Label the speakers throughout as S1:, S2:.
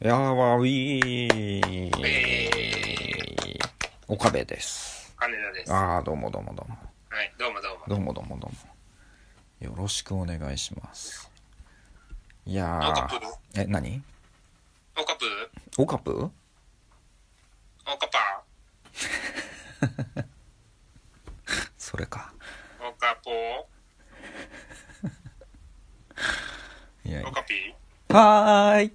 S1: やばい
S2: えー、
S1: 岡部です。
S2: 金田です。は
S1: ああ、どうもどうもどうも。
S2: い、どうもどうも。
S1: どうもどうもどうも。よろしくお願いします。い
S2: オカ
S1: や
S2: プー
S1: ー、え、何
S2: オカプー
S1: オカプ
S2: オカパ
S1: それか。
S2: ーオカポ
S1: いやい
S2: ー
S1: や
S2: オカピー
S1: はーい。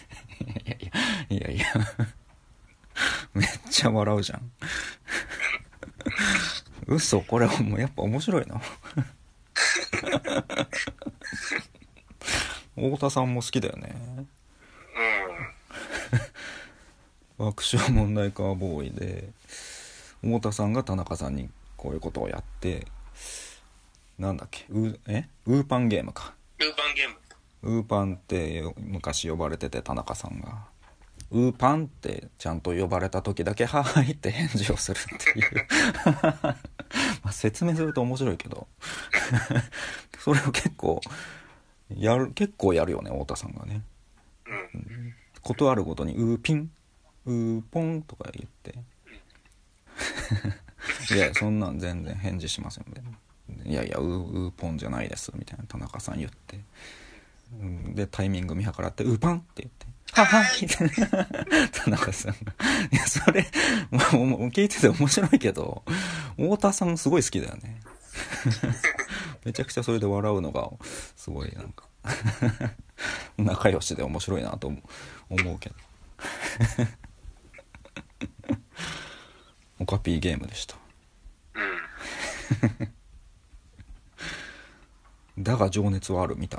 S1: いやいや、いやいや。めっちゃ笑うじゃん。嘘、これもうやっぱ面白いな。太田さんも好きだよね。
S2: う
S1: 爆笑問題カーボーイで太田さんが田中さんにこういうことをやってなんだっけウーえウーパンゲームか
S2: ん。ルーパンゲーム。
S1: ウーパンってよ昔呼ばれてて田中さんが「ウーパン」ってちゃんと呼ばれた時だけ「はーい」って返事をするっていう まあ説明すると面白いけど それを結構やる結構やるよね太田さんがね
S2: うん。
S1: ことあるごとに「うーピン」「うーポン」とか言って 「いやそんなん全然返事しませんね」いやいやうーうーポンじゃないです」みたいな田中さん言ってうんでタイミング見計らって「うーパン」って言って「はははい」 田中さんがいやそれ、まあ、もう聞いてて面白いけど太田さんすごい好きだよね めちゃくちゃそれで笑うのがすごいなんか 仲良しで面白いなと思う思うけどオカピーゲームでした
S2: うん。
S1: だが情熱はある見た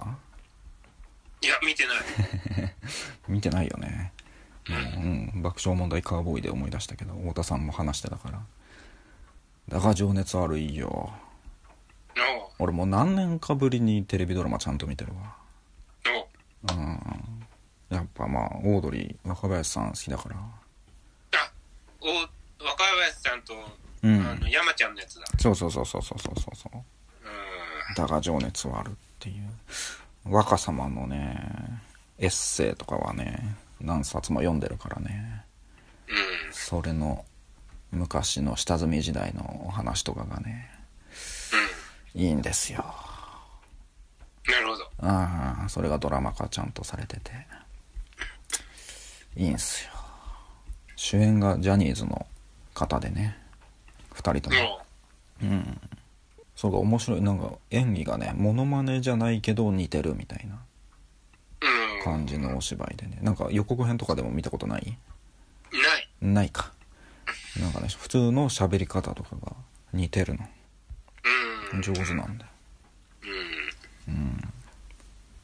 S2: いや、見てない。
S1: 見てないよねうん、うん、爆笑問題カーボーイで思い出したけど太田さんも話してたからだが情熱あるいいよ
S2: おう
S1: 俺もう何年かぶりにテレビドラマちゃんと見てるわ
S2: おう
S1: うんやっぱまあオードリー若林さん好きだから
S2: あ、お、若林さんと、
S1: うん
S2: あの、山ちゃんのやつだ。
S1: そうそうそうそうそうそうそうそう
S2: う
S1: だが情熱はあるっていう若様のねエッセイとかはね何冊も読んでるからね
S2: ん。うん。
S1: それの昔の下積み時代のお話とかがねいいんですよ
S2: うん。なるほど。
S1: ああそれがドラマ化ちゃんとされてていいんすよ主演がジャニーズの方でね2人とも
S2: おう
S1: それが面白いなんか演技がねモノマネじゃないけど似てるみたいな
S2: うん。
S1: 感じのお芝居でねなんか予告編とかでも見たことない
S2: ない。
S1: ないかなんかね普通の喋り方とかが似てるの
S2: うん。
S1: 上手なんだよ
S2: うん。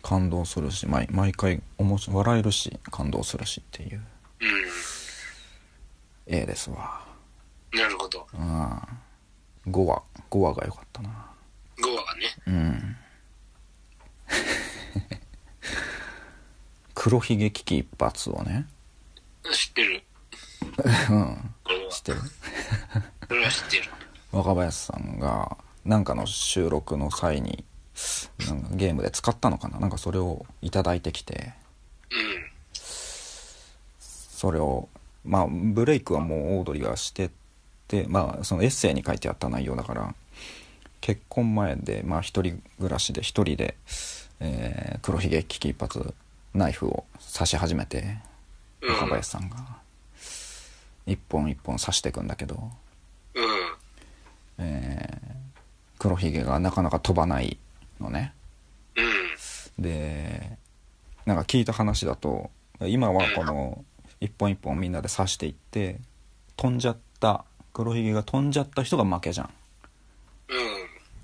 S1: 感動するし毎毎回おもし笑えるし感動するしっていう
S2: う
S1: 絵ですわ
S2: ん。なるほど。
S1: ああ5話5話が良かったな
S2: 5話がね。
S1: うん 黒ひげ危機一発をね
S2: 知ってる。
S1: うん
S2: これは
S1: 知っ。てる
S2: それは知ってる。
S1: 若林さんがなんかの収録の際になんかゲームで使ったのかななんかそれをいただいてきて
S2: うん。
S1: それをまあブレイクはもうオードリーがしててまあそのエッセイに書いてあった内容だから結婚前でまあ一人暮らしで一人で、えー黒ひげ危機一発ナイフを刺し始めて
S2: うん
S1: 若林さんが一本一本刺していくんだけど。
S2: うん。
S1: えー黒ひげがなかなか飛ばないのね
S2: うん。
S1: でなんか聞いた話だと今はこの一本一本みんなで刺していって飛んじゃった黒ひげが飛んじゃった人が負けじゃん
S2: うん。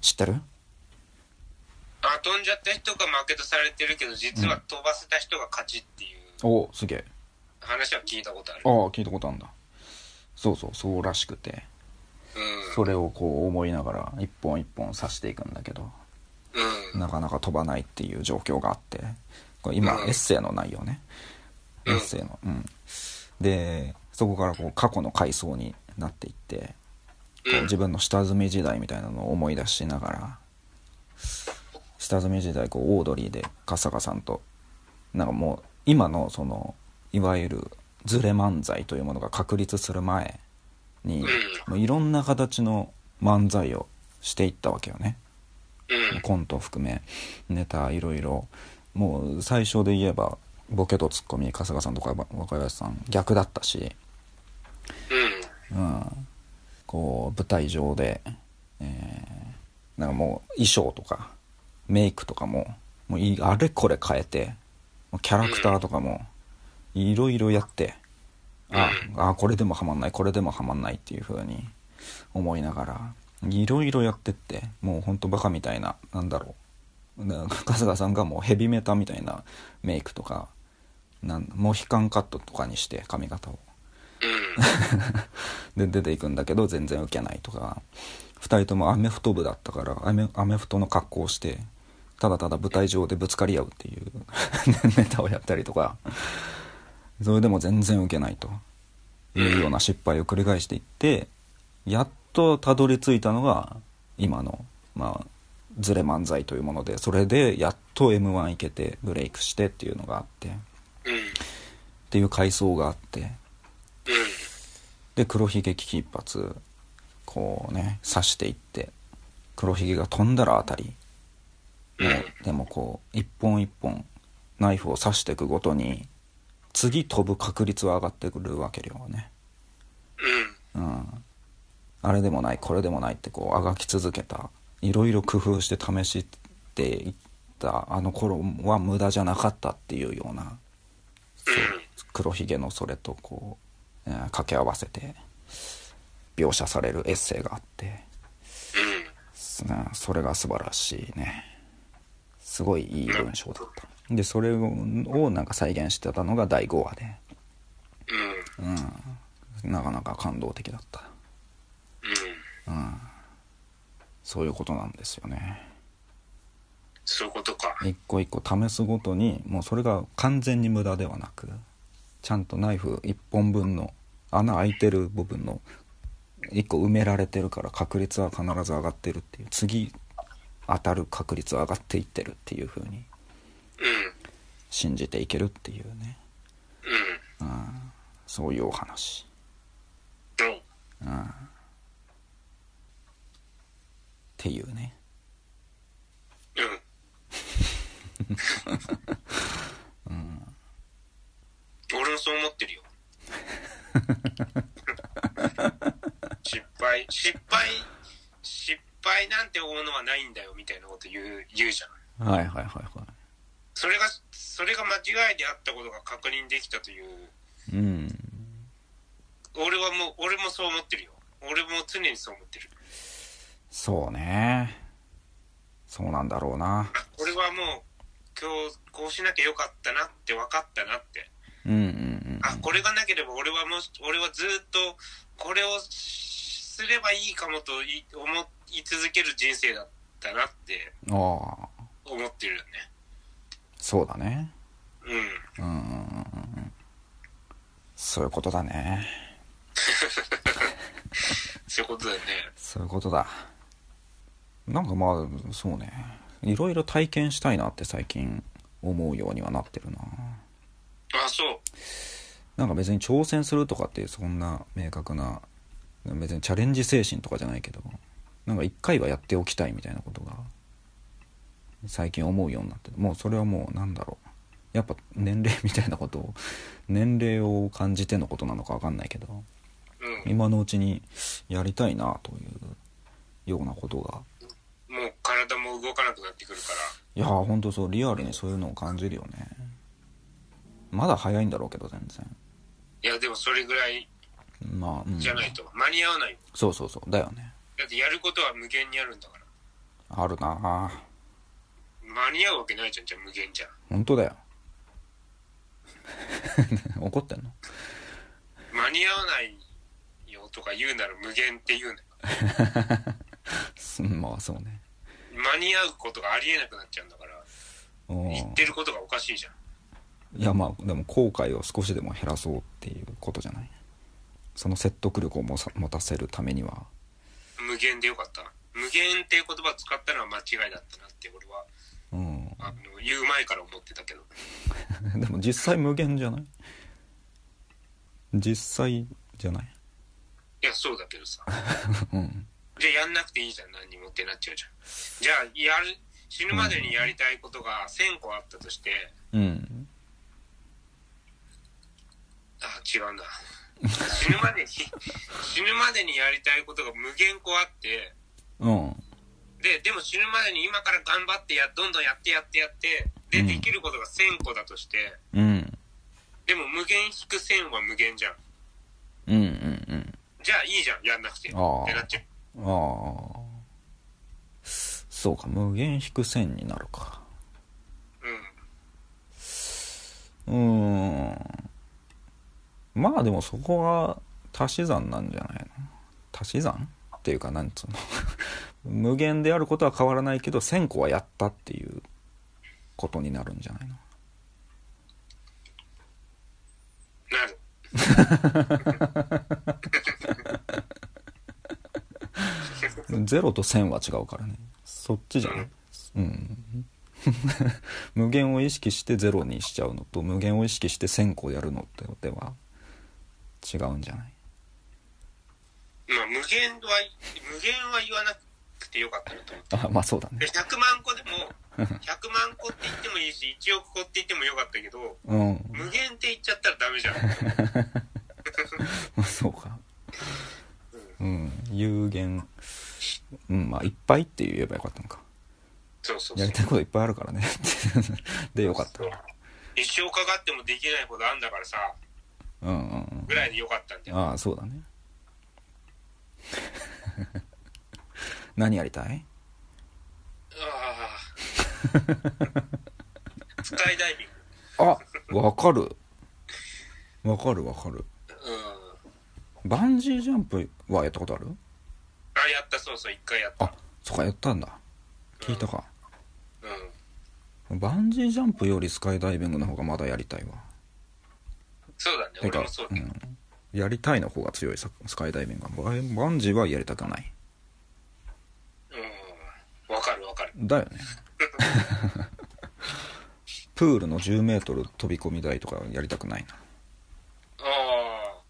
S1: 知ってる
S2: あ、飛んじゃった人が負けとされてるけど、実は飛ばせた人が勝ちっていう
S1: おすげえ
S2: 話は聞いたことある
S1: あ。あ聞いたことあるんだそうそうそうらしくて
S2: うん。
S1: それをこう思いながら一本一本刺していくんだけど
S2: うん。
S1: なかなか飛ばないっていう状況があってこれ今
S2: う
S1: エ
S2: ん
S1: ッセイの内容ね、
S2: うん
S1: エッセイのうんでそこからこう過去の回想になっていってこう
S2: うん
S1: 自分の下積み時代みたいなのを思い出しながら下下積み時代こうオードリーで春日さんとなんかもう今のそのいわゆるズレ漫才というものが確立する前にもういろんな形の漫才をしていったわけよね
S2: うん。
S1: コント含めネタいろいろもう最初で言えばボケとツッコミ春日さんとか若林さん逆だったし
S2: うん。
S1: うん、こう舞台上で、えーなんかもう衣装とかメイクとかももういあれこれ変えてもうキャラクターとかもいろいろやってああこれでもハマんないこれでもハマんないっていう風に思いながらいろいろやってってもうほんとバカみたいななんだろうな春日さんがもうヘビメタみたいなメイクとかなんモヒカンカットとかにして髪型を。
S2: う ん。
S1: で出ていくんだけど全然ウケないとか2人ともアメフト部だったからアメアメフトの格好をしてただただ舞台上でぶつかり合うっていう ネタをやったりとかそれでも全然ウケないというような失敗を繰り返していってやっとたどり着いたのが今のまあズレ漫才というものでそれでやっと m 1行けてブレイクしてっていうのがあってっ
S2: うん。
S1: ていう回想があって
S2: うん。
S1: で黒ひげ危機一発こうね刺していって黒ひげが飛んだら当たりもうでもこう一本一本ナイフを刺していくごとに次飛ぶ確率は上がってくるわけよね
S2: うん。
S1: うんあれでもないこれでもないってこうあがき続けたいろいろ工夫して試していったあの頃は無駄じゃなかったっていうようなそう黒ひげのそれとこう、えー掛け合わせて描写されるエッセイがあって
S2: うん。
S1: すねそれが素晴らしいねすごいいい文章だったでそれをなんか再現してたのが第5話で
S2: うん。
S1: うんなかなか感動的だった
S2: うん。
S1: そういうことなんですよね
S2: そういうことか。
S1: 一個一個試すごとにもうそれが完全に無駄ではなくちゃんとナイフ1本分の穴開いてる部分の1個埋められてるから確率は必ず上がってるっていう次当たる確率は上がっていってるっていう風に
S2: うん。
S1: 信じていけるっていうね
S2: うん。
S1: そういうお話
S2: うん
S1: っていうね
S2: うん。俺もそう思ってるよ。 失敗、失敗、失敗なんて思うのはないんだよみたいなこと言う、言うじゃん。
S1: はいはいはいは
S2: それが、それが間違いであったことが確認できたという、
S1: いうん
S2: 俺はもう、俺もそう思ってるよ。俺も常にそう思ってる。
S1: そうねそうなんだろうな
S2: 俺はもう、今日こうしなきゃよかったなって分かったなって。
S1: うんうんうん
S2: あこれがなければ俺はもし俺はずっとこれをすればいいかもとい思い続ける人生だったなって
S1: ああ
S2: 思ってるよね
S1: そうだね
S2: うん
S1: うんうんうんうんそういうことだね
S2: そういうことだよね
S1: そういうことだなんかまあそうねいろいろ体験したいなって最近思うようにはなってるな
S2: あそう
S1: なんか別に挑戦するとかっていうそんな明確な別にチャレンジ精神とかじゃないけどなんか一回はやっておきたいみたいなことが最近思うようになってもうそれはもうなんだろうやっぱ年齢みたいなことを年齢を感じてのことなのか分かんないけど
S2: うん
S1: 今のうちにやりたいなというようなことが
S2: もう体も動かなくなってくるから
S1: いやーほんとそうリアルにそういうのを感じるよねまだ早いんだろうけど全
S2: いやでもそれぐらい
S1: 然まあ、うん、
S2: じゃないと間に合わないよ
S1: そうそうそうだよね
S2: だってやることは無限にあるんだから
S1: あるなあ
S2: 間に合うわけないじゃんじゃあ無限じゃん
S1: 本当だよ 怒ってんの
S2: 間に合わないよとか言うなら無限って言うなよ
S1: す まあそうね
S2: 間に合うことがありえなくなっちゃうんだから
S1: お
S2: 言
S1: ー
S2: ってることがおかしいじゃん
S1: いやまあでも後悔を少しでも減らそうっていうことじゃないその説得力をもさ持たせるためには
S2: 無限でよかった無限っていう言葉を使ったのは間違いだったなって俺はあの言う前から思ってたけど
S1: でも実際無限じゃない実際じゃない
S2: いやそうだけ どさ
S1: うん
S2: じゃあやんなくていいじゃん何にもってなっちゃうじゃんじゃあやる死ぬまでにやりたいことが1000個あったとして
S1: うん
S2: あ違うな死ぬまでに 死ぬまでにやりたいことが無限個あって
S1: うん
S2: ででも死ぬまでに今から頑張ってやどんどんやってやってやってで、
S1: うん
S2: できることが1000個だとして
S1: うん
S2: でも無限引く1000は無限じゃん
S1: うんうん
S2: じゃあいいじゃんやんなくてっ
S1: あ
S2: て
S1: ー
S2: なっちゃう
S1: うんああそうか無限引く線になるか
S2: うん
S1: うーんまあでもそこは足し算なんじゃないの足し算っていうかなんつうの 無限であることは変わらないけど1000個はやったっていうことになるんじゃないの
S2: なる
S1: 0と1000は違うからねそっちじゃないうん 無限を意識して0にしちゃうのと無限を意識して1000個やるのとでは違うんじゃない
S2: まあ無限は無限は言わなくてよかったなと思って
S1: あまあそうだね
S2: で100万個でも100万個って言ってもいいし1億個って言ってもよかったけど
S1: うん
S2: 無限って言っちゃったらダメじゃん
S1: まあそうかうん有限うんまあいっぱいって言えばよかったのか
S2: そうそうそ
S1: や
S2: う
S1: りたいこといっぱいあるからね でよかった
S2: 一生かかってもできないことあんだからさ
S1: うんうんうん
S2: ぐらいでよかったん じゃん
S1: ああそうだね何やりたい
S2: ああスカイダイビン
S1: あわかるわかるわかる
S2: グうん
S1: バンジージャンプはやったことある
S2: あやったそうそう一回やった
S1: あそっかやったんだ聞いたか
S2: うん
S1: バンジージャンプよりスカイダイビングの方がまだやりたいわ
S2: そうだね
S1: て
S2: 俺
S1: か
S2: もそう、
S1: う
S2: だね
S1: ん、やりたいの方が強いさスカイダイビングはバンバンジーはやりたくない
S2: うんわかるわかる
S1: だよねプールの 10m 飛び込み台とかやりたくないな
S2: ああ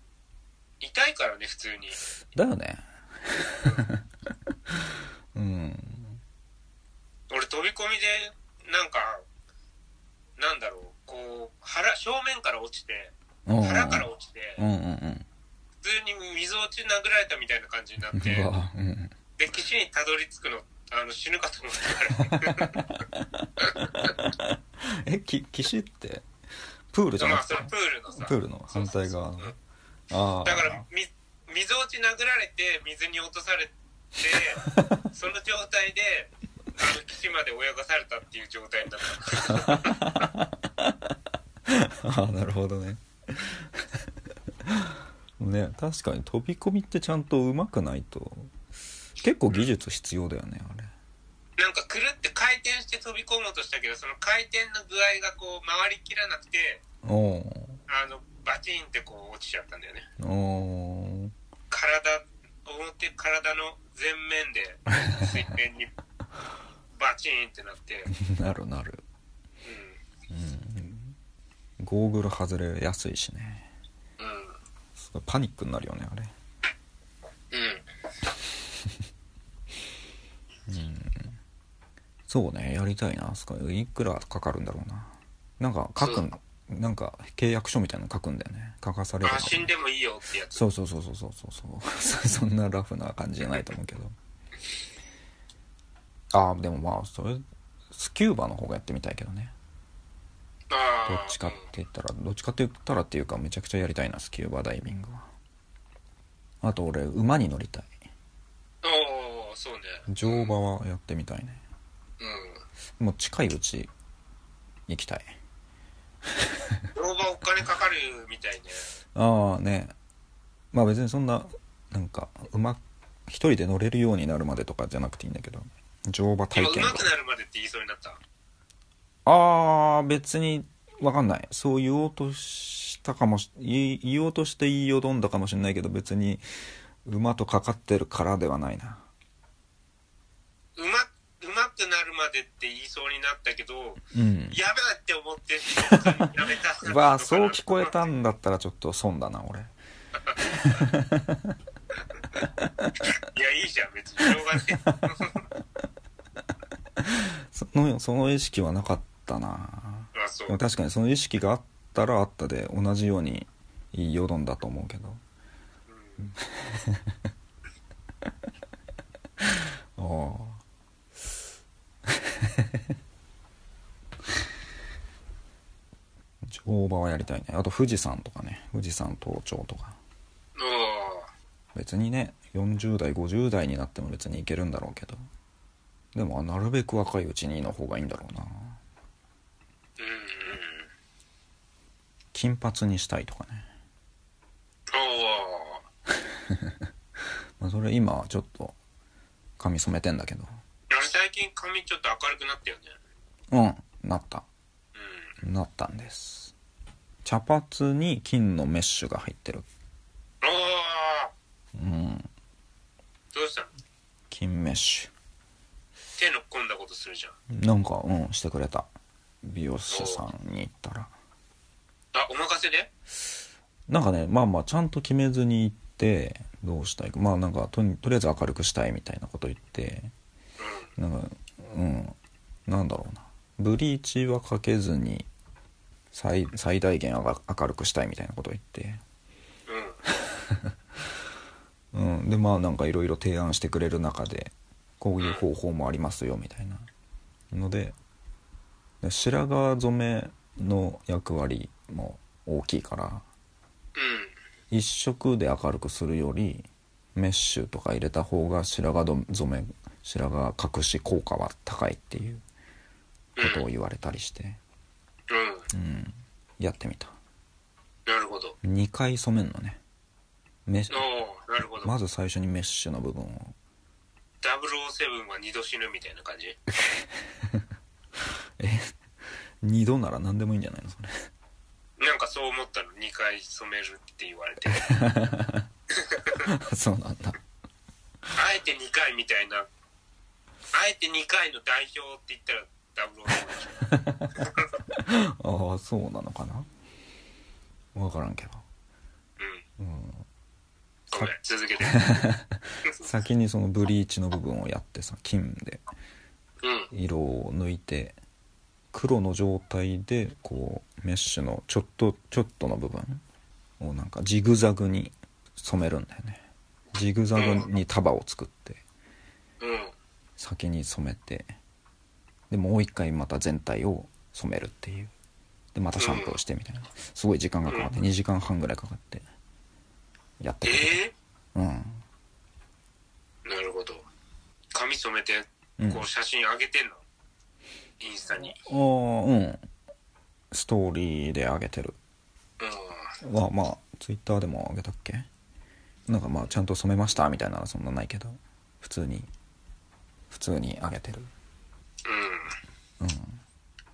S2: 痛いからね普通に
S1: だよねうん
S2: 俺飛び込みでなんかなんだろうこう腹正面から落ちて
S1: うんうんうん
S2: 腹から落ちて
S1: うんうん
S2: 普通に水落ち殴られたみたいな感じになっ
S1: うんう
S2: て
S1: わうん
S2: で岸にたどり着くのあの死ぬかと思ったから
S1: えき岸ってプー ルじゃ
S2: ま
S1: な
S2: あ
S1: く
S2: そ
S1: て
S2: のプールのさ
S1: プールの反対側の
S2: そう
S1: ああ
S2: だからみ水落ち殴られて水に落とされて その状態であの岸まで泳がされたっていう状態になった
S1: ああなるほどね ね確かに飛び込みってちゃんとうまくないと結構技術必要だよねあれ
S2: なんかくるって回転して飛び込もうとしたけどその回転の具合がこう回りきらなくて
S1: お
S2: あのバチンってこう落ちちゃったんだよね
S1: ーおー
S2: 体表体の前面で水面 にバチンってなって、うん、
S1: なるなるゴーグル外れやすいしね
S2: うん
S1: すごいパニックになるよねあれ
S2: うん
S1: そうねやりたいなすごいいくらかかるんだろうななんか書くんなんか契約書みたいなの書くんだよね書かされる
S2: あ死んでもいいよってやつ
S1: そうそうそうそうそうそうそう そんなラフな感じじゃないと思うけどああでもまあそれスキューバの方がやってみたいけどね
S2: あ
S1: どっちかって言ったらどっちかって言ったらっていうかめちゃくちゃやりたいなスキューバダイビングはあと俺馬に乗りたい
S2: おおそうね
S1: 乗馬はやってみたいね
S2: うん
S1: もう近いうち行きたい
S2: 乗馬お金かかるみたいね
S1: ああねまあ別にそんななんか馬一人で乗れるようになるまでとかじゃなくていいんだけど乗馬体
S2: 今上手
S1: 験とか
S2: くなるまでって言いそうになった
S1: あー、別に、わかんない。そう言おうとしたかもし、言い言おうとして言いよどんだかもしれないけど、別に、馬とかかってるからではないな。
S2: うまうまくなるまでって言いそうになったけど、
S1: うん
S2: やべえって思って、やめた。
S1: うわあそう聞こえたんだったらちょっと損だな俺
S2: いや、いいじゃん、別に。しょうが ね
S1: そのその意識はなかったな
S2: え。あ、そ
S1: で
S2: う。
S1: も確かにその意識があったらあったで同じようにいい世論だと思うけど
S2: うん
S1: ああ乗馬はやりたいねあと富士山とかね富士山登頂とか
S2: おー
S1: 別にね40代50代になっても別にいけるんだろうけどでもなるべく若いうちにの方がいいんだろうな
S2: うんうん
S1: 金髪にしたいとかね、
S2: おー
S1: まあ、それ今ちょっと髪染めてんだけど
S2: あれ最近髪ちょっと明るくなったよね。
S1: うんなった
S2: うん。
S1: なったんです茶髪に金のメッシュが入ってる
S2: おー
S1: うん
S2: どうしたの
S1: 金メッシ
S2: 手の込んだことするじゃん。
S1: ュなんかうんしてくれた美容師さんに行ったら
S2: あ、お任せで
S1: なんかねまあまあちゃんと決めずに行ってどうしたいかまあなんかとにとりあえず明るくしたいみたいなこと言って
S2: うん。
S1: なんかうんなんだろうなブリーチはかけずに最最大限あが明るくしたいみたいなこと言って
S2: うん。
S1: うん、でまあなんかいろいろ提案してくれる中でこういう方法もありますよみたいなのでで白髪染めの役割も大きいから
S2: うん。
S1: 一色で明るくするよりメッシュとか入れた方が白髪染め白髪隠し効果は高いっていうことを言われたりして、
S2: うん。
S1: うん、やってみた
S2: なるほど。
S1: 2回染めんのねメッシュ
S2: おーなるほど。
S1: まず最初にメッシュの部分を
S2: 007は二度死ぬみたいな感じ
S1: 2度なら何でもいいんじゃないのそれ
S2: なんかそう思ったの2回染めるって言われて あ
S1: そうなんだ
S2: えて2回みたいなあえて2回の代表って言ったらダブルオーダーでしょ
S1: ああそうなのかな分からんけど、
S2: うん
S1: うん、
S2: ごめん続けて
S1: 先にそのブリーチの部分をやってさ金で
S2: うん
S1: 色を抜いて黒の状態でこうメッシュのちょっとちょっとの部分をなんかジグザグに染めるんだよねジグザグに束を作って
S2: うん
S1: 先に染めてでもう一回また全体を染めるっていうでまたシャンプーしてみたいなすごい時間がかかって2時間半ぐらいかかってやってくれた
S2: え
S1: うん
S2: ー、なるほど髪染めて
S1: うん
S2: こう写真上げてんの、インスタに
S1: あーうんストーリーで上げてる
S2: うん
S1: はまあツイッターでも上げたっけなんかまあちゃんと染めましたみたいなのはそんなないけど普通に普通に上げてる
S2: うん
S1: うん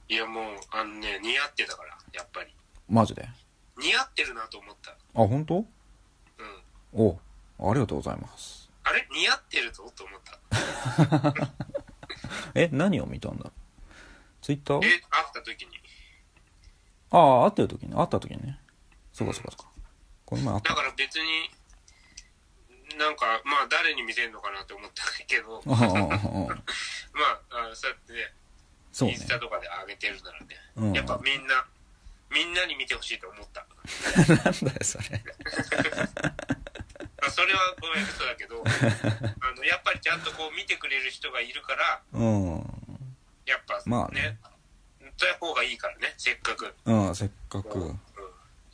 S2: いやもうあのね似合ってたからやっぱり
S1: マジであ
S2: 似合ってるなと思った
S1: 本当
S2: うん
S1: おありがとうございます
S2: あれ似合ってるぞと思った
S1: え何を見たんだツイッター
S2: え会った時に
S1: ああ会ってる時に会った時にねそうかそうかそうかこの前会っ
S2: だ
S1: た
S2: から別になんかまあ誰に見せるのかなって思ったけど
S1: ああああああ
S2: まああそうやってね
S1: そう
S2: イン
S1: ね
S2: スタとかで上げてるならね、
S1: うん
S2: やっぱみんなみんなに見てほしいと思った、
S1: なんだよそれ
S2: まあ、それはごめん嘘だ けどあのやっぱりちゃんとこう見てくれる人がいるから
S1: うん
S2: やっぱね,、
S1: まあね
S2: そういう方がいいからねせっかく、
S1: うんせっか
S2: うん
S1: く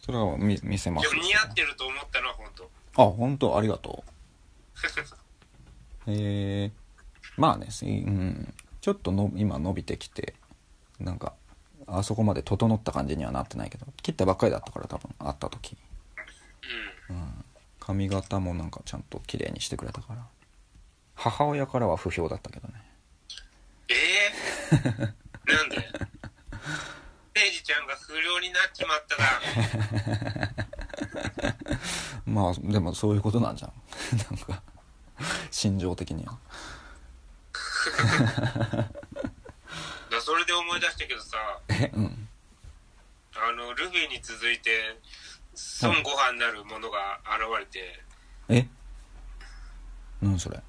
S1: それは見見せま
S2: ですも似合ってると思ったのは本当
S1: あ本当ありがとう へえまあね、すうん、ちょっとの今伸びてきてなんかあそこまで整った感じにはなってないけど切ったばっかりだったから多分会った時、
S2: う
S1: うん、髪型もなんかちゃんと綺麗にしてくれたから母親からは不評だったけどね
S2: んえ えなんでペイジちゃんが不良になっちまったら
S1: まあでもそういうことなんじゃん なんか心情的には
S2: それで思い出したけどさ、
S1: えうん
S2: あの、ルフィに続いて、孫悟飯なるものが現れて、
S1: え何それ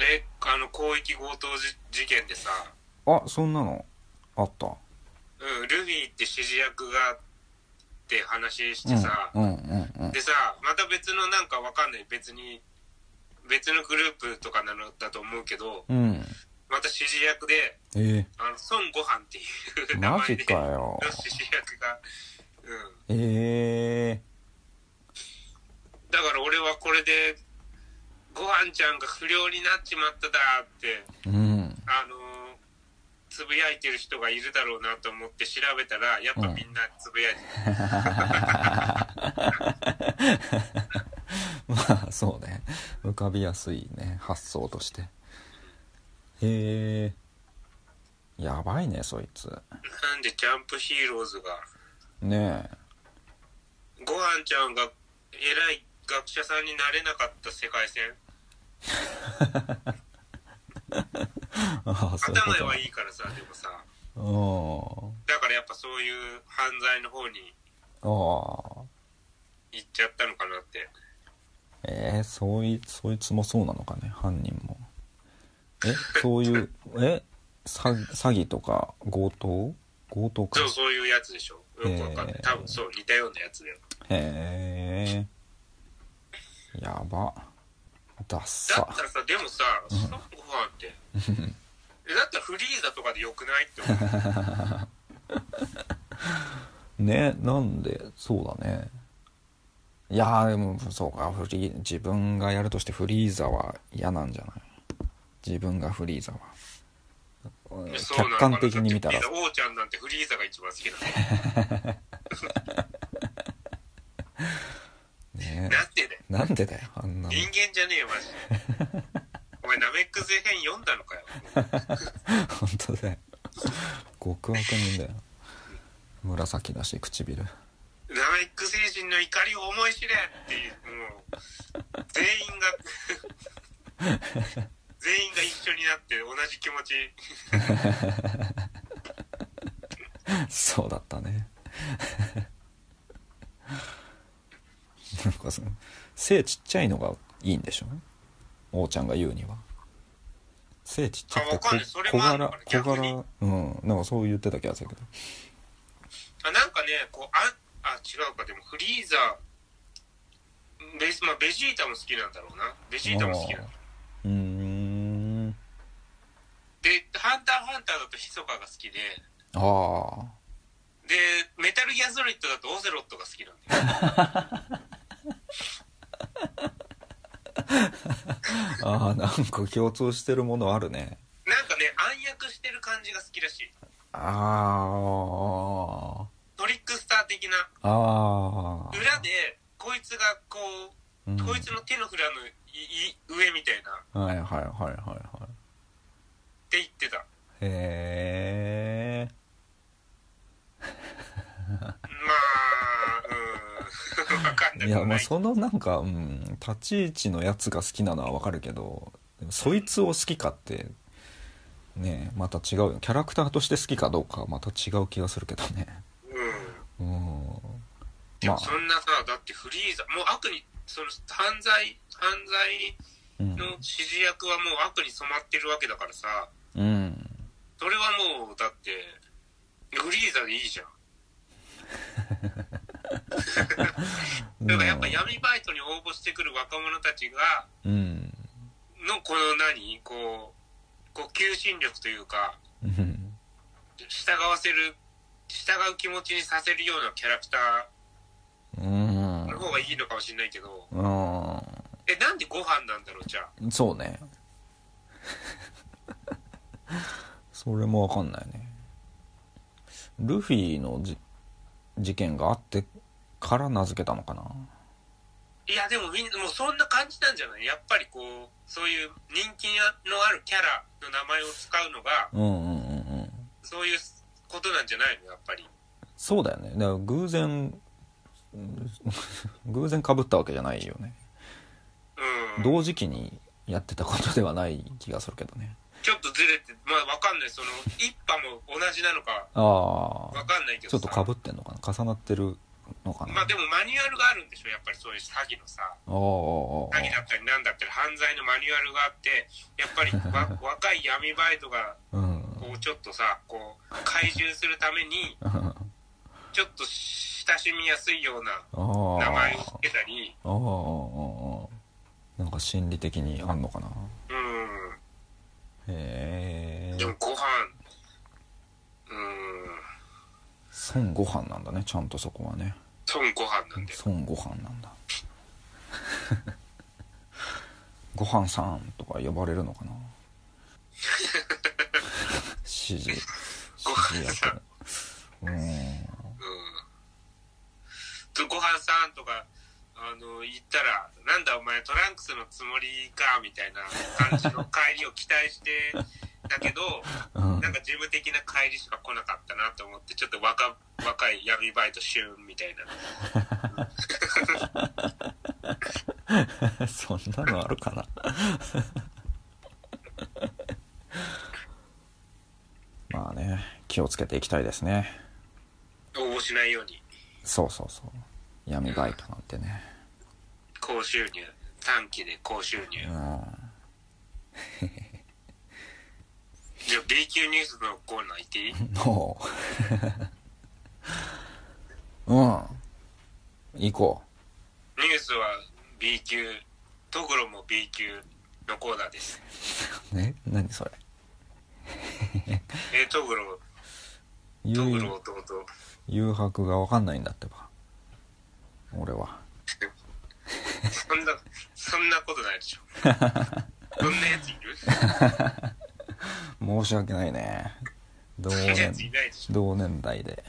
S2: え、あの、広域強盗じ事件でさ、
S1: あそんなのあった
S2: うん、ルフィって指示役がって話してさ、
S1: うんうんうん
S2: でさ、また別のなんかわかんない、別に、別のグループとかなのだと思うけど、
S1: うんうん
S2: また指示役で、
S1: え
S2: あの、孫悟飯っていう名
S1: マ
S2: 前
S1: ジ
S2: で、
S1: かよ
S2: の 指示役が、うん。
S1: え
S2: だから俺はこれで、ご飯ちゃんが不良になっちまっただって、
S1: ー、うん
S2: あのーつぶやいてる人がいるだろうなと思って調べたら、やっぱみんなつぶやいてる。
S1: まあそうね浮かびやすいね発想としてへえやばいねそいつ
S2: なんでジャンプヒーローズが、
S1: ねえ
S2: ご飯ちゃんが偉い学者さんになれなかった世界線。
S1: ああそういうこ
S2: 頭
S1: と
S2: はいいからさ、でもさ、
S1: うん
S2: だからやっぱそういう犯罪の方に
S1: ああ
S2: 行っちゃったのかなって。
S1: えー、そいそいつもそうなのかね犯人もえそういうえ詐詐欺とか強盗強盗か
S2: そう、そういうやつでしょ。よくわかんな
S1: え
S2: い
S1: ー。
S2: 多分そう、似たようなやつだよ。
S1: へえやばダッ
S2: だ
S1: サ
S2: ったらさ、でもさ、
S1: ん
S2: 孫悟飯って。 えだったらフリーザとかでよくないって思う。
S1: ねなんでそうだねいやーでもそうかフリー自分がやるとしてフリーザは嫌なんじゃない自分がフリーザはうん
S2: そうなの
S1: 客
S2: かな
S1: 観的に見たら
S2: だってフリーザ王ちゃんなんてフリーザが一番好きなの。
S1: ね
S2: なんでだよ。
S1: なんでだよあんなの
S2: 人間じゃねえよ、マジで。 お前、ナメックゼ編読んだのかよ。
S1: 本当だよ極悪人だよ紫だし唇
S2: ナメック星人の怒りを思い知れっていう、もう、全員が、 全員が一緒になって同じ気持ち。
S1: そうだったね なんかその背ちっちゃいのがいいんでしょ王ちゃんが言うには背ちっちゃ
S2: あわ
S1: く
S2: かんない
S1: て
S2: それ
S1: 小
S2: もある
S1: 柄
S2: のかな
S1: 小
S2: 逆に
S1: 柄うんなんかそう言ってた気がするけど
S2: あなんかね、こう、あ、あ違うか、でもフリーザ、ベジまあ、ベジータも好きなんだろうな。ベジータも好きなんだ。
S1: うーん
S2: で、ハンターハンターだとヒソカが好きで、
S1: ああ
S2: で、メタルギアソリッドだとオセロットが好きなんだよ。
S1: ああなんか共通してるものあるね
S2: なんかね、暗躍してる感じが好きらしい。
S1: ああ
S2: トリックスター的な。
S1: ああ
S2: 裏で、こいつがこ
S1: う
S2: う、
S1: ん
S2: こいつの手のひらのいい上みたいな、っ
S1: はいはいはいはいはい
S2: て言ってた。
S1: へえ
S2: まあ、うん、わ かんないく
S1: や
S2: も
S1: ま
S2: な
S1: あ
S2: い。
S1: そのなんか、うん、立ち位置のやつが好きなのはわかるけどでもそいつを好きかってねえまた違うよキャラクターとして好きかどうかはまた違う気がするけどね
S2: う
S1: うん
S2: ん。で
S1: まあ
S2: もそんなさ、だってフリーザ、もう悪に、その犯罪、犯罪
S1: うん
S2: の指示役はもう悪に染まってるわけだからさ、
S1: うん
S2: それはもう、だって、フリーザでいいじゃん。だからやっぱ闇バイトに応募してくる若者たちが、
S1: うん
S2: のこの何こう、こう求心力というか、
S1: うん
S2: 従わせる、従う気持ちにさせるようなキャラクタ
S1: うん
S2: ーの方がいいのかもしれないけど、
S1: う
S2: え、なんでご飯なんだろう、じゃあ。
S1: んそうね それもわかんないねルフィのじ事件があってから名付けたのかない
S2: や、でもみんな、もうそんな感じなんじゃないやっぱりこう、そういう人気のあるキャラの名前を使うのが、
S1: うんうんうんうん
S2: そういうことなんじゃないのやっぱり。
S1: そうだよねだから偶然 うん偶然かぶったわけじゃないよね
S2: うん。
S1: 同時期にやってたことではない気がするけどね
S2: ちょっとずれて、まあわかんない。ね、その、一派も同じなのか、
S1: あ
S2: わ
S1: あ
S2: かんないけど
S1: ちょ
S2: さ
S1: っとかぶってんのかな重なってるのかな、
S2: まあでもマニュアルがあるんでしょ、やっぱりそういう詐欺のさ。
S1: おー
S2: 詐欺だったりなんだったり犯罪のマニュアルがあってやっぱりわ 若い闇バイトが
S1: おーおーうん
S2: こうちょっとさこう怪獣するためにちょっと親しみやすいような
S1: ああ
S2: 名前をつけたり
S1: ああなんか心理的にあんのかな
S2: う
S1: へ
S2: んで
S1: え
S2: もご飯うん
S1: 孫悟飯なんだねちゃんとそこはね
S2: 孫ご飯なんだよ
S1: 孫悟飯なんだ ご飯さんとか呼ばれるの かな指示指示やってる
S2: うんとご飯さんとかあの言ったら「なんだお前トランクスのつもりか」みたいな感じの帰りを期待 してだけど
S1: うんうん
S2: なんか事務的な帰りしか来なかったなと思って、ちょっと若若い闇バイト旬みたいな。
S1: そんなのあるかな まあね気をつけていきたいですね
S2: 応募しないように、
S1: そうそうそう闇バイトなんてね
S2: 高収入、短期で高収入。
S1: うん
S2: じゃあ B 級ニュースのコーナー行っていい
S1: もううん行こ
S2: ニュースは B 級、ところも B 級のコーナーです。
S1: うね何それ
S2: えー、ところ、とこ
S1: 誘
S2: ろ弟。
S1: 誘惑が分かんないんだってば俺は
S2: そんな、そんなことない でしょ。そんなやついる
S1: 申し訳ないね同
S2: そんなや
S1: 年
S2: ついないでしょ。
S1: 同年代で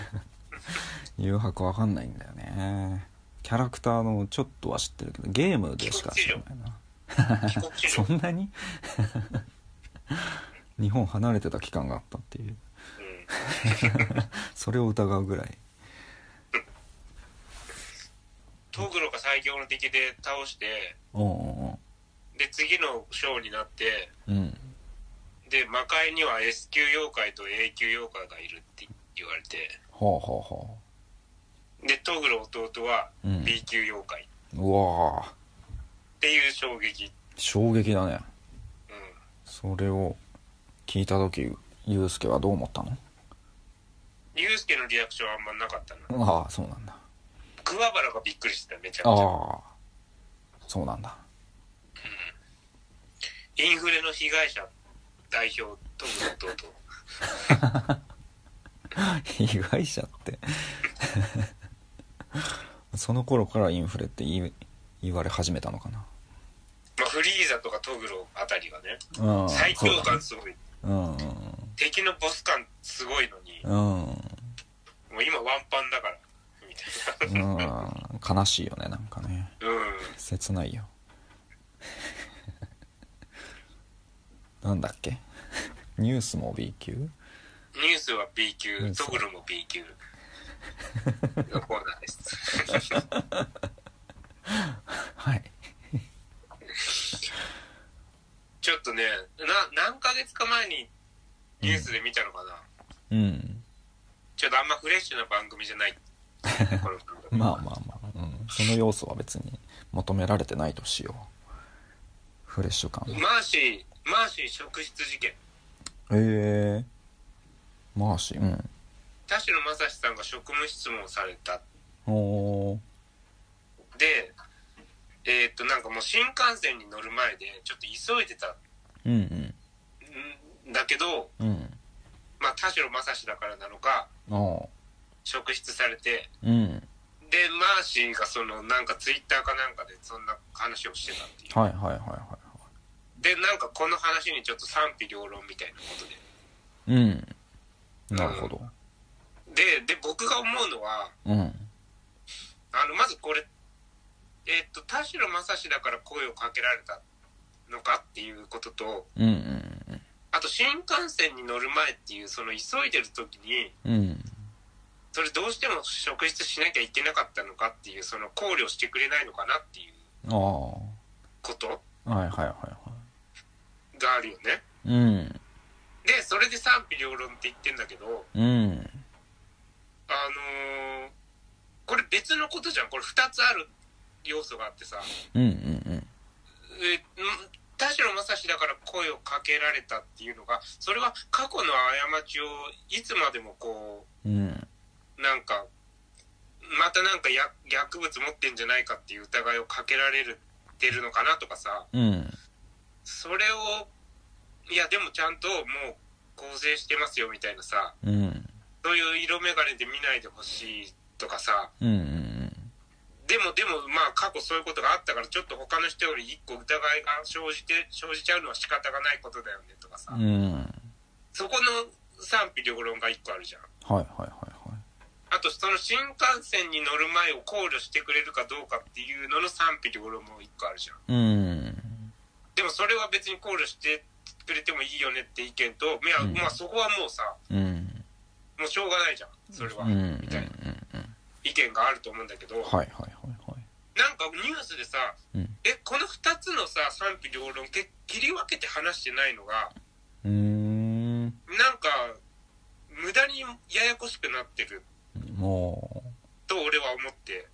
S1: 誘惑わかんないんだよねキャラクターのちょっとは知ってるけどゲームでしか知らないな
S2: 帰国子
S1: そ
S2: 女。
S1: んなに 日本離れてた期間があったっていう
S2: うん
S1: それを疑うぐらい
S2: トグロが最強の敵で倒して、
S1: おうん
S2: で、次の章になって、
S1: うんうん
S2: で魔界には S 級妖怪と A 級妖怪がいるって言われて
S1: ほうほうほ
S2: でトグロ弟は
S1: うん
S2: B 級妖怪
S1: ううわー
S2: っていう衝撃、
S1: 衝撃だね
S2: うん、
S1: それを聞いた時ユうスケはどう思ったの
S2: ユウスケのリアクションはあんまなかったな
S1: ああそうなんだ
S2: 桑原がびっくりしてためちゃくちゃ
S1: ああそうなんだ
S2: インフレの被害者代表トグロ弟
S1: 被害者って その頃からインフレって言い言われ始めたのかな
S2: まあフリーザとかトグロあたりがね
S1: うん
S2: 最強
S1: そうだね
S2: 感すごい
S1: うん
S2: 敵のボス感すごいのに
S1: うん
S2: もう今ワンパンだからみたい
S1: うん、うん、悲しいよねなんかね
S2: なうん
S1: 切ないよ なんだっけニュースも B 級
S2: ニュースは B 級
S1: ニュー、スは
S2: トグルも B 級のコーナーです。
S1: はい
S2: ちょっとね、な、何ヶ月か前にニュースで見たのかな、
S1: うん
S2: ちょっとあんまフレッシュな番組じゃ ない。この番組
S1: まあまあまあ、うん、その要素は別に求められてないとしようフレッシュ感は
S2: マーシー、マーシー職質事件。
S1: ええマーシーうん
S2: 田代正史さんが職務質問された。
S1: おー
S2: で、えーっと、なんかもう新幹線に乗る前で、ちょっと急いでた
S1: うん
S2: んだけど、
S1: うんうん
S2: まあ田代正史だからなのか、
S1: ああ
S2: 職質されて、
S1: うん
S2: でマーシーがそのなんかツイッターかなんかでそんな話をしてたっていう
S1: はいはいはいは
S2: でなんかこの話にちょっと賛否両論みたいなこと
S1: いうんなるほど
S2: ででで僕が思うのは
S1: うん
S2: あのまずこれえっと田代正史だから声をかけられたのかっていうことと
S1: うんうん
S2: あと新幹線に乗る前っていうその急いでる時に
S1: うんうん
S2: それどうしても職質しなきゃいけなかったのかっていうその考慮してくれないのかなっていう
S1: ああ
S2: こと
S1: はいはいはいは
S2: があるよね
S1: いうん
S2: それで賛否両論って言ってんだけど、
S1: うん
S2: あのーこれ別のことじゃん。これ2つある要素があってさ、
S1: うんうん
S2: えん田代正史だから声をかけられたっていうのが、それは過去の過ちをいつまでもこ
S1: うんうん
S2: う、なんか、またなんかや薬物持ってんじゃないかっていう疑いをかけられるてるのかなとかさ、
S1: うん
S2: それを、いやでもちゃんともう構成してますよみたいなさ、
S1: うん
S2: そういう色眼鏡で見ないでほしいとかさ、
S1: うんうん
S2: でもでもまあ過去そういうことがあったからちょっと他の人より一個疑いが生じて、生じちゃうのは仕方がないことだよねとかさ、
S1: うんはい
S2: そこの賛否両論が一個あるじゃん。
S1: はいはいはい
S2: あとその新幹線に乗る前を考慮してくれるかどうかっていうのの賛否両論も一個あるじゃん。
S1: うん
S2: でもそれは別に考慮してくれてもいいよねって意見と、いや、
S1: うん
S2: まあそこはもうさ、
S1: うん
S2: もうしょうがないじゃん、それは。
S1: うんうんうん
S2: みたいな意見があると思うんだけど、
S1: はいはいはいはい
S2: なんかニュースでさ、
S1: うん
S2: え、この2つのさ、賛否両論け切り分けて話してないのが、
S1: うーん
S2: なんか、無駄にややこしくなってる
S1: も
S2: と俺は思って、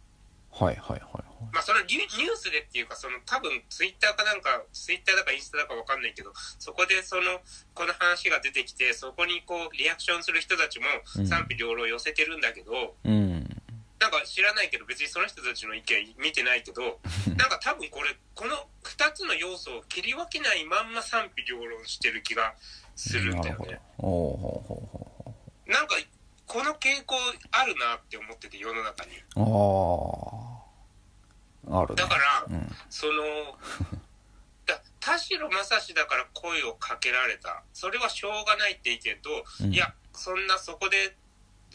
S1: うはいはいはいはい
S2: まあそのニュニュースでっていうか、その多分ツイッターかなんか、ツイッターだかインスタだかわかんないけど、そこでその、この話が出てきて、そこにこう、リアクションする人たちも
S1: うん
S2: 賛否両論寄せてるんだけど、
S1: うん
S2: なんか知らないけど、別にその人たちの意見見てないけ ど、なんか多分これ、この2つの要素を切り分けないまんま賛否両論してる気がするん
S1: なる
S2: だよ
S1: ほ
S2: ね。
S1: どおおほうほうほうほう
S2: なんか、この傾向あるなって思ってて、世の中に。
S1: あああるね
S2: だから、
S1: うん
S2: その、だ田代正史だから声をかけられた。それはしょうがないって意見と、
S1: うん
S2: いや、そんなそこで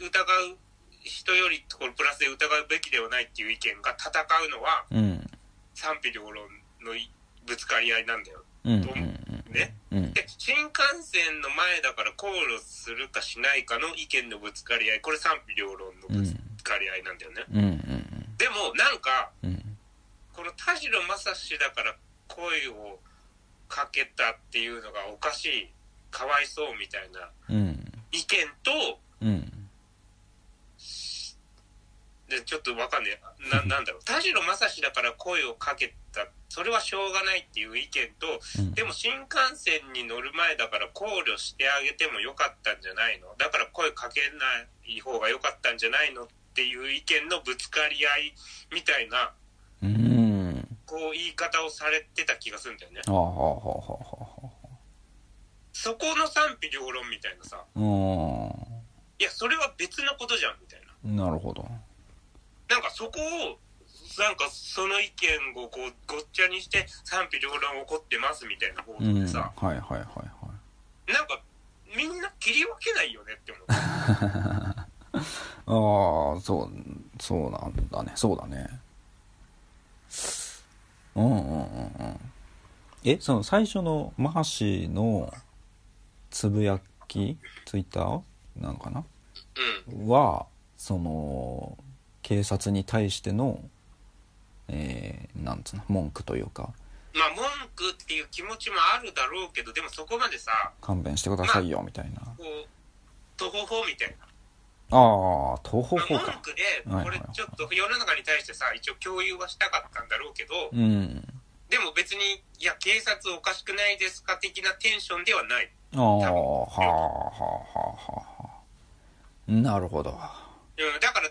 S2: 疑う人より、これプラスで疑うべきではないっていう意見が戦うのは
S1: うん
S2: 賛否両論のいぶつかり合いなんだよ。
S1: うんうん
S2: ね。
S1: うんうん
S2: で、新幹線の前だから考慮するかしないかの意見のぶつかり合い、これ賛否両論のぶつかり合いなんだよね。
S1: うんうん
S2: でも、なんか、
S1: うんうん
S2: この田代正史だから声をかけたっていうのがおかしいかわいそうみたいな
S1: うん
S2: 意見と
S1: うん
S2: でちょっとわかんねえななんだろう田代正史だから声をかけたそれはしょうがないっていう意見と
S1: うん
S2: でも新幹線に乗る前だから考慮してあげてもよかったんじゃないのだから声かけない方がよかったんじゃないのっていう意見のぶつかり合いみたいな
S1: うん
S2: こう言い方をされてた気がするんだよね。
S1: ああはあはあはあは
S2: そこの賛否両論みたいなさ、
S1: あう
S2: いや、それは別のことじゃん、みたいな。
S1: んなるほど
S2: なんかそこを、なんかその意見をこうごっちゃにして賛否両論起こってますみたいな報
S1: う
S2: 道
S1: ん
S2: で
S1: はい
S2: さ、
S1: はいはい
S2: なんかみんな切り分けないよねって思った。
S1: はいああそうそうなんだねそうだねうんうんうんうんえその最初のマハシのつぶやきツイッターなのかな
S2: うん。
S1: はその警察に対してのえー、なんつうの文句というか
S2: まあ文句っていう気持ちもあるだろうけど、でもそこまでさ、
S1: 勘弁してくださいよみたいな
S2: こう、途方法みたいな。
S1: ああ東方
S2: まあ
S1: 法
S2: 文
S1: か
S2: 句で、
S1: はい
S2: これちょっと世の中に対してさ、一応共有はしたかったんだろうけど、
S1: うん
S2: でも別に、いや、警察おかしくないですか的なテンションではない。
S1: ああはあはあはあはあなるほど
S2: うん、だから、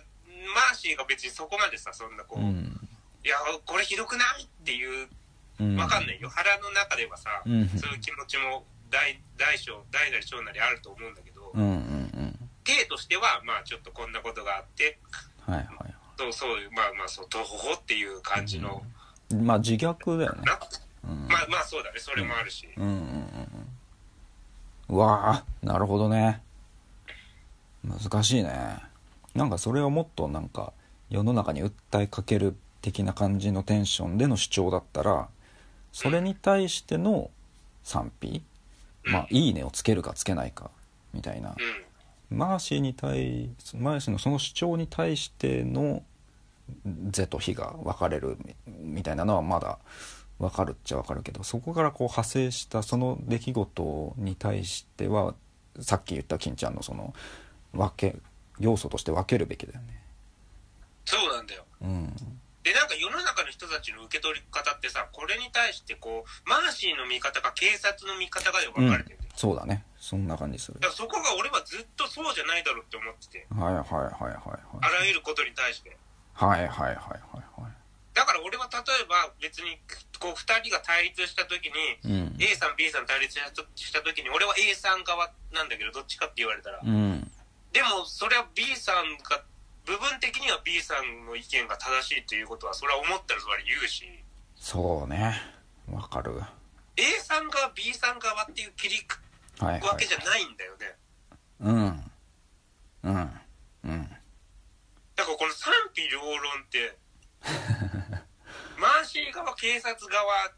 S2: マーシーが別にそこまでさ、そんなこ
S1: う
S2: う、
S1: ん
S2: いや、これひどくないっていう、
S1: うん
S2: わかんないよ。腹の中ではさ、
S1: うん
S2: そういう気持ちも大、大小、大なり小なりあると思うんだけど、
S1: うんうんうん
S2: 体としては、まあちょっとこんなことがあって、
S1: はいはい
S2: そうそういう、まあまあ、そう、とほほっていう感じの、
S1: まあ自虐だよね
S2: な
S1: うん
S2: まあまあそうだね、それもあるし。
S1: うんうんうんうんわあなるほどね難しいねなんかそれをもっとなんか世の中に訴えかける的な感じのテンションでの主張だったらそれに対しての賛否まあ「いいね」をつけるかつけないかみたいな
S2: うん。
S1: マーシーに対マーシーのその主張に対しての「是」と「非」が分かれるみみたいなのはまだ分かるっちゃ分かるけどそこからこう派生したその出来事に対してはさっき言った金ちゃんのその分け要素として分けるべきだよね
S2: そうなんだよ
S1: うん
S2: でなんか世の中の人たちの受け取り方ってさこれに対してこうマーシーの見方か警察の見方かで分かれてるんだよ、
S1: そうだねそんな感じする
S2: だからそこが俺はずっとそうじゃないだろうって思ってて
S1: はいはいはいはい
S2: あらゆることに対して
S1: はいはいはいはいはいは
S2: だから俺は例えば別にこう2人が対立した時に
S1: いうん
S2: A さん B さん対立したとした時に俺は A さん側なんだけどどっちかって言われたら
S1: うん
S2: でもそれは B さんが部分的には B さんの意見が正しいということはそれは思ったらそれは言うし
S1: そうねわかる
S2: A さん側 B さん側っていう切り
S1: はいは
S2: 分
S1: い
S2: けじゃないんだよね
S1: うんうんうん
S2: だからこの賛否両論って マーシー側警察側っ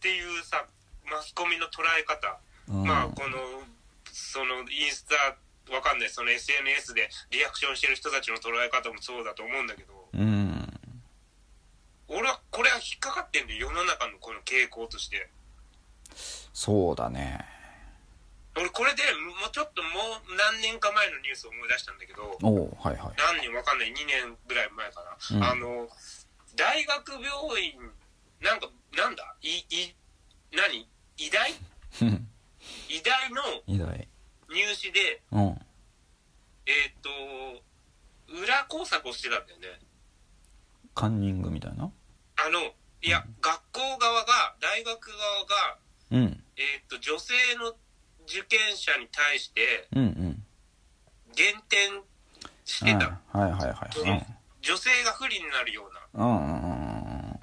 S2: ていうさマスコミの捉え方
S1: うん
S2: まあこのそのインスタわかんないその SNS でリアクションしてる人たちの捉え方もそうだと思うんだけど
S1: うん
S2: 俺はこれは引っかかってんだよ世の中のこの傾向として
S1: そうだね
S2: 俺これでもうちょっともう何年か前のニュースを思い出したんだけど
S1: おおはいはい
S2: 何年わかんない2年ぐらい前かな、
S1: うん
S2: あの大学病院なんかなんだいい何医大
S1: うん
S2: 医大の
S1: いいだい
S2: 入試で
S1: うん
S2: えっ、と裏工作をしてたんだよね
S1: カンニングみたいな
S2: あの、いや、学校側が、大学側が、
S1: うん
S2: えーっと、女性の受験者に対して、
S1: うんうん
S2: 減点してた。
S1: うんはいはいはい
S2: その女性が不利になるような。
S1: うんうんうんうんうん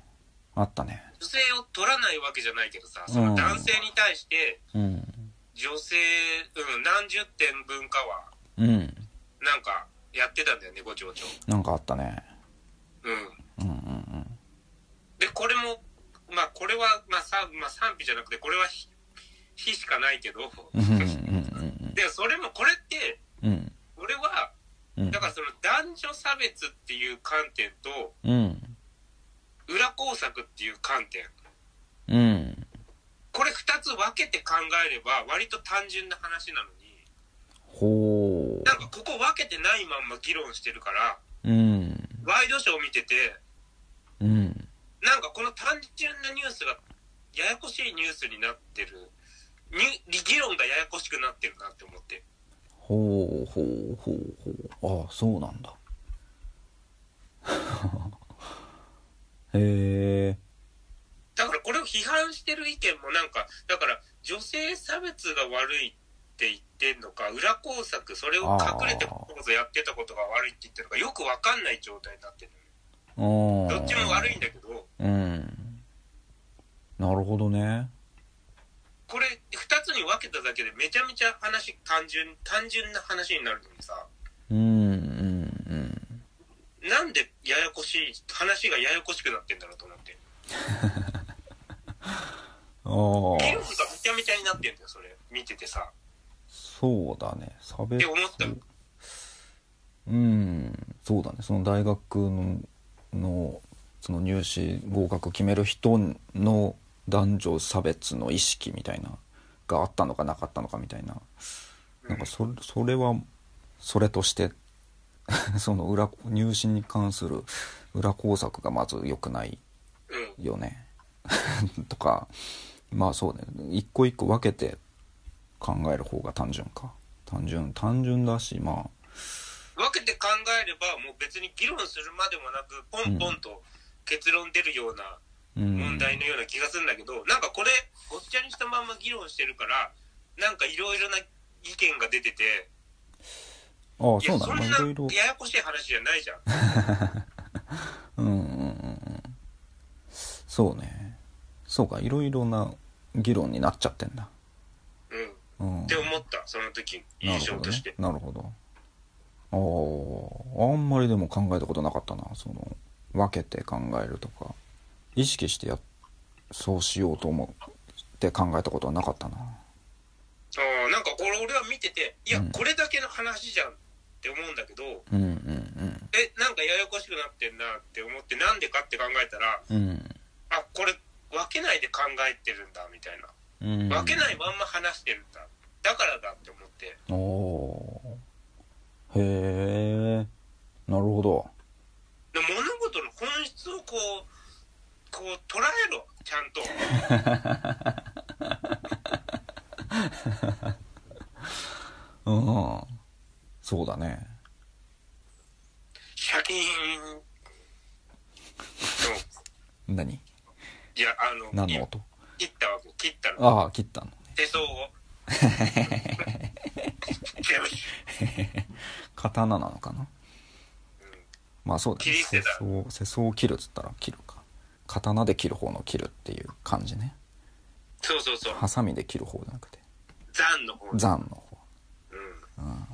S1: あったね
S2: 女性を取らないわけじゃないけどさ、
S1: うん
S2: その男性に対して、
S1: うん
S2: 女性、うん、何十点分かは、
S1: うん
S2: なんか、やってたんだよね、ごちょごちょ。
S1: なんかあったね
S2: う
S1: う
S2: ん。
S1: んうんうん
S2: で、これも、まあ、これは、まあ、さまあ、賛否じゃなくて、これは非、非しかないけど、
S1: うんうんうん
S2: で、それも、これって、
S1: うん
S2: 俺は、
S1: うん
S2: だからその男女差別っていう観点と
S1: うん
S2: 裏工作っていう観点
S1: うん
S2: これ2つ分けて考えれば割と単純な話なのに
S1: ほ
S2: なんかここ分けてないまんま議論してるから
S1: ううん
S2: ワイドショー見てて
S1: うん
S2: なんかこの単純なニュースがややこしいニュースになってるに議論がややこしくなってるなって思って
S1: ほうほうほうほうああそうなんだ へえ
S2: だからこれを批判してる意見もなんかだから女性差別が悪いって言ってんのか裏工作それを隠れてこそやってたことが悪いって言ってるのかよくわかんない状態になってる
S1: ど
S2: どっちも悪いんだけど
S1: うんなるほどね
S2: これ2つに分けただけでめちゃめちゃ話単純単純な話になるのにさ
S1: うんうん
S2: なんでややこしい話がややこしくなってんだろうと思って
S1: うんああ
S2: 議論がめちゃめちゃになってんだよそれ見ててさ
S1: そうだね差
S2: っ
S1: 別
S2: て思ったの
S1: うんそうだねその大学ののその入試合格決める人の男女差別の意識みたいながあったのかなかったのかみたいななんかそれそれはそれとして その裏入試に関する裏工作がまず良くない
S2: うん
S1: よね とかまあそうね一個一個分けて考える方が単純か単純単純だしまあ
S2: 分けて考えればもう別に議論するまでもなくポンポンと結論出るような
S1: うん
S2: 問題のような気がするんだけど、なんかこれごっちゃにしたまんま議論してるからなんかいろいろな意見が出てて
S1: ああそ
S2: いや
S1: うだ
S2: そん
S1: ね
S2: な
S1: まあいろいろ
S2: ややこしい話じゃないじゃん
S1: うんうんうんうんそうねそうかいろいろな議論になっちゃってんだ
S2: うん、っ
S1: うん
S2: て思ったその時
S1: なる
S2: 印象
S1: ほど
S2: として、
S1: ねなるほどあああんまりでも考えたことなかったなその分けて考えるとか意識してやそうしようと思って考えたことはなかったな
S2: あーなんかこれ俺は見てていや
S1: うん
S2: これだけの話じゃんって思うんだけど、
S1: うんうん
S2: えなんかややこしくなってんなって思ってなんでかって考えたら
S1: うんうん
S2: あこれ分けないで考えてるんだみたいな
S1: うん
S2: 分けないまんま話してるんだっだからだって思って。
S1: おおーへえなるほど
S2: で物事の本質をこう、こう捉えろ、ちゃんと。
S1: うんそうだね
S2: シャキーン。の
S1: 何
S2: いや、あの、
S1: 何の
S2: い
S1: 音
S2: 切ったわけ、切ったの。
S1: ああ切ったの
S2: 手相 を。よし
S1: 刀なのかなまあそうだね
S2: 切り捨て
S1: 世
S2: た
S1: 相を世相を切るっつったら切るか刀で切る方の切るっていう感じね
S2: そうそうそう。
S1: ハサミで切る方じゃなくて
S2: 残の方。
S1: 残の方
S2: うん。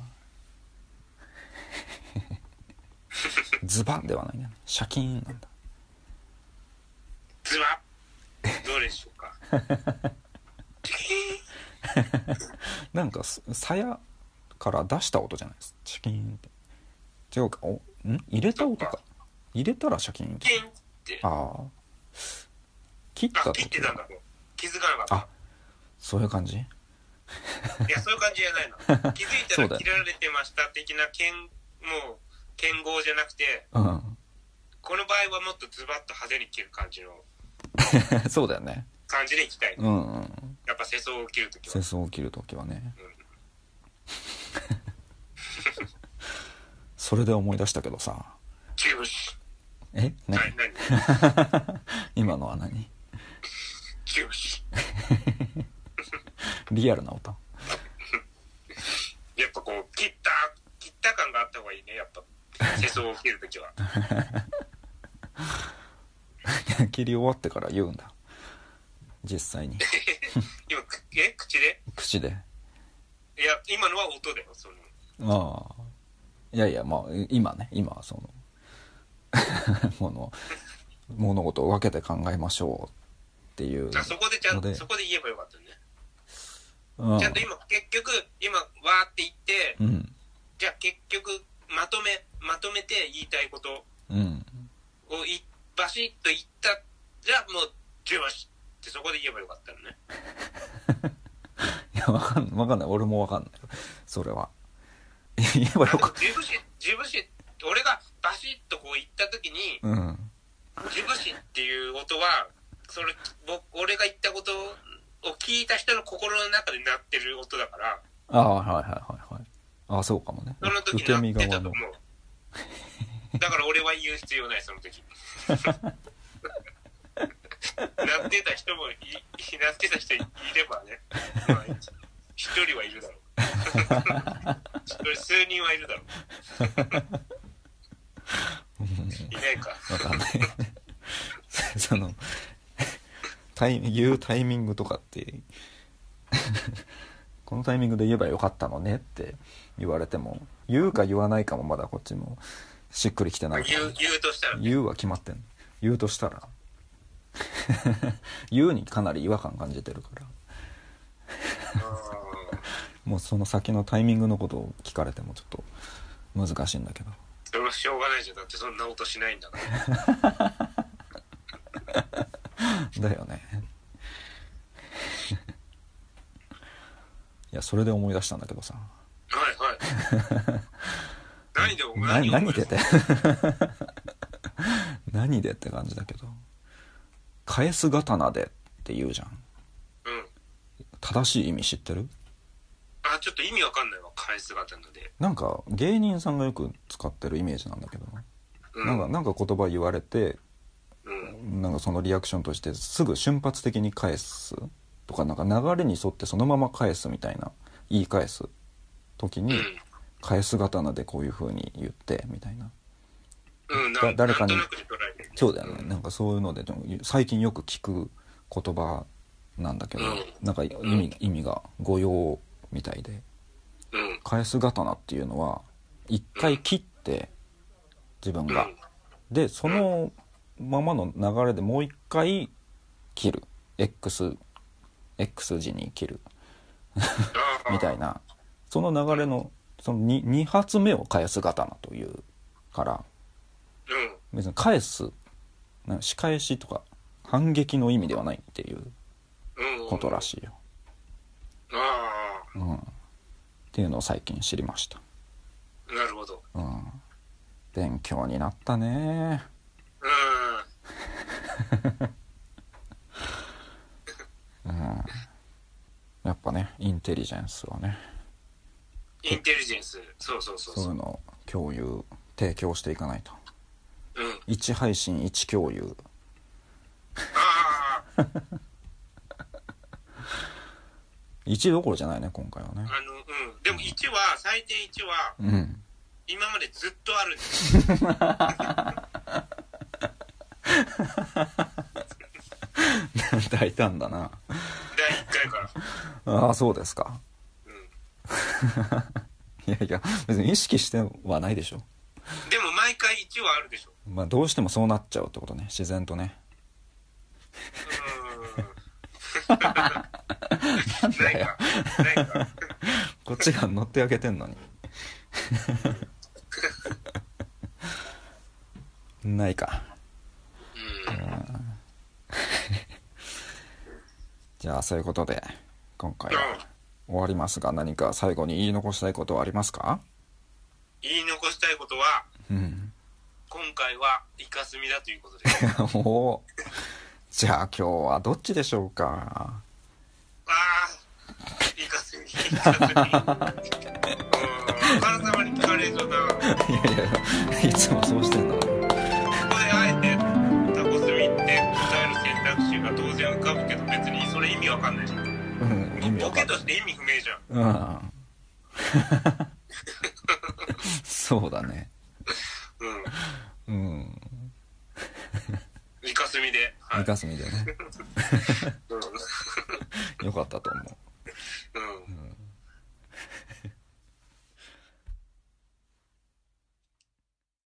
S1: ズバンではないねシャキーンなんだ
S2: ズバッどうでしょうか。シャキーン
S1: なんかす鞘から出した音じゃないですシャキーンって違うかおん入れた音か入れたらシャキーンっ
S2: キ
S1: て
S2: ンって。
S1: ああ切った
S2: あ、
S1: って
S2: 切っ
S1: こ
S2: て
S1: と
S2: たんだもん。気づかなかっ
S1: そういう感じ
S2: た。いや、そういう感じじゃない の。気づい
S1: そうだ
S2: たら
S1: よ
S2: 切られてました的な、けん、もう、剣豪じゃなくて、
S1: うん
S2: この場合はもっとズバッと派手に切る感じの、
S1: そうだよね
S2: 感じでいきたい。
S1: うんうん
S2: やっぱ世相を切るとき
S1: 世
S2: は。
S1: 相を切るときはねそれで思い出したけどさ
S2: 切るし。
S1: え何
S2: はい、何
S1: 今のは何
S2: 切るし。
S1: リアルな音
S2: やっぱこう、切った、切った感があった方がいいね、やっぱ。世相を切るときは。
S1: 切り終わってから言うんだ実際に
S2: 今、くえ口で
S1: 口で
S2: いや、今のは音だよ、その。
S1: ああいやいやまあ今ね今はその この物事を分けて考えましょうっていう
S2: あそこでちゃん
S1: ので
S2: と、そこで言えばよかったね。
S1: うん
S2: ちゃんと今、結局、今、わーって言って、
S1: うん
S2: じゃあ結局、まとめ、まとめて言いたいこと
S1: うん
S2: をい、バシッと言った、じゃあもう、十ましってそこで言えばよかったのね。
S1: いやわかんわかんない俺もわかんないそれは言えばよかっ
S2: 十分し、十分し、俺がバシッとこう言ったときに、
S1: たうん
S2: ジブシっていう音は、それ、僕、俺が言ったことを聞いた人の心の中で鳴ってる音だから、
S1: ああはいはいはいはいああそうかもね
S2: その時
S1: 受け身
S2: 鳴ってた
S1: 側
S2: と
S1: の
S2: 思う。 だから俺は言う必要ない、そ の時。鳴ってた人もい、鳴ってた人いればね、まあ一人はいるだろう。一人数人はいるだろう。いないか。
S1: わかんない そのタイミング言うタイミングとかって このタイミングで言えばよかったのねって言われても言うか言わないかもまだこっちもしっくりきてないか
S2: 言
S1: ら
S2: う、言うとしたらね。
S1: 言うは決まってんの言うとしたら 言うにかなり違和感感じてるから
S2: うん
S1: もうその先のタイミングのことを聞かれてもちょっと難しいんだけど
S2: それはしょうがないじゃん。だってそんな音しないんだから。
S1: だよね いやそれで思い出したんだけどさ
S2: はいはい。 何でお前
S1: 何
S2: に
S1: 何でって 何でって感じだけど「返す刀で」って言うじゃん
S2: うん。
S1: 正しい意味知ってる
S2: あ、ちょっと意味わかんないわ。返す方ので。
S1: なんか芸人さんがよく使ってるイメージなんだけど、
S2: うん。
S1: なんかなんか言葉言われて
S2: うん。
S1: なんかそのリアクションとしてすぐ瞬発的に返すとかなんか流れに沿ってそのまま返すみたいな言い返す時に
S2: う。
S1: 返す刀でこういう風に言ってみたいなん
S2: うん。な
S1: だ誰かに
S2: なんとなくで捉えてるね
S1: そうだよね、
S2: ん
S1: なんかそういうのででも最近よく聞く言葉なんだけど、
S2: うん
S1: なんか意味,、意味が御用みたいで
S2: うん。
S1: 返す刀っていうのは一回切って自分
S2: うん。
S1: が、でそのままの流れでもう一回切る X, X 字に切る
S2: あ
S1: みた
S2: い。
S1: いなその流れのその 2, 2発目を返す刀というから
S2: うん。
S1: 別に返すなんか仕返しとか反撃の意味ではないっていう
S2: うん。
S1: ことらしいよ、
S2: ああ。
S1: うん、っていうのを最近知りました、
S2: なるほど。
S1: うん、勉強になったね
S2: うん。
S1: やっぱねインテリジェンスはね
S2: インテリジェンス。そうそうそう
S1: そういう
S2: そ。
S1: うのを共有提供していかないと
S2: うん。
S1: 1配信1共有
S2: ああ、
S1: 1どころじゃないね今回はね
S2: あの、うん。でも1は、最低1は、
S1: うん
S2: 今までずっとあるんです。
S1: 大胆だな
S2: 第1回から。
S1: ああそうですか
S2: うん。
S1: いやいや別に意識してはないでしょ
S2: でも毎回1はあるでしょ。
S1: まあどうしてもそうなっちゃうってことね自然とね
S2: うん。ないか。ないか。
S1: こっちが乗ってあげてんのに ないか
S2: うん。
S1: じゃあそういうことで今回は終わりますが何か最後に言い残したいことはありますか
S2: 言い残したいことは、
S1: うん
S2: 今回はイカスミだということ です。
S1: おおじゃあ今日はどっちでしょうか
S2: あー、イカスミ、イカスミ。うん。からさまに聞かれるとな、こ
S1: いやいやいやいつもそうしてんの
S2: こであえてタコスミって答える選択肢が当然浮かぶけど、別にそれ意味わかんないじゃん。
S1: うん意味わ
S2: ボ
S1: か
S2: ケ
S1: んない
S2: として意味不明じゃん。
S1: うん そうだね
S2: う
S1: うん
S2: ん。イカスミで。はい。
S1: 三かすみでね
S2: うん。
S1: よかったと思う
S2: うん。